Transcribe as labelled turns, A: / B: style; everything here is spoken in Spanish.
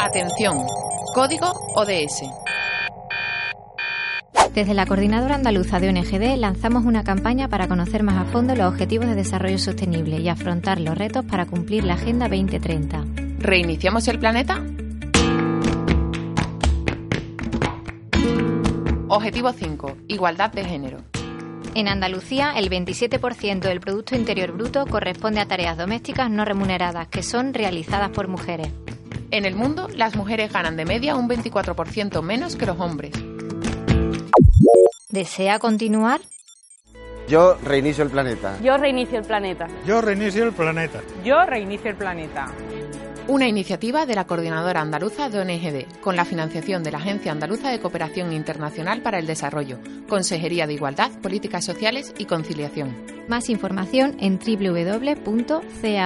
A: Atención, código ODS.
B: Desde la Coordinadora Andaluza de ONGD lanzamos una campaña para conocer más a fondo los objetivos de desarrollo sostenible y afrontar los retos para cumplir la Agenda 2030.
A: ¿Reiniciamos el planeta? Objetivo 5. Igualdad de género.
B: En Andalucía, el 27% del Producto Interior Bruto corresponde a tareas domésticas no remuneradas, que son realizadas por mujeres.
A: En el mundo, las mujeres ganan de media un 24% menos que los hombres.
B: ¿Desea continuar?
C: Yo reinicio el planeta.
D: Yo reinicio el planeta.
E: Yo reinicio el planeta.
D: Yo reinicio el planeta.
A: Una iniciativa de la Coordinadora Andaluza de ONGD, con la financiación de la Agencia Andaluza de Cooperación Internacional para el Desarrollo, Consejería de Igualdad, Políticas Sociales y Conciliación.
B: Más información en www.caongd.org.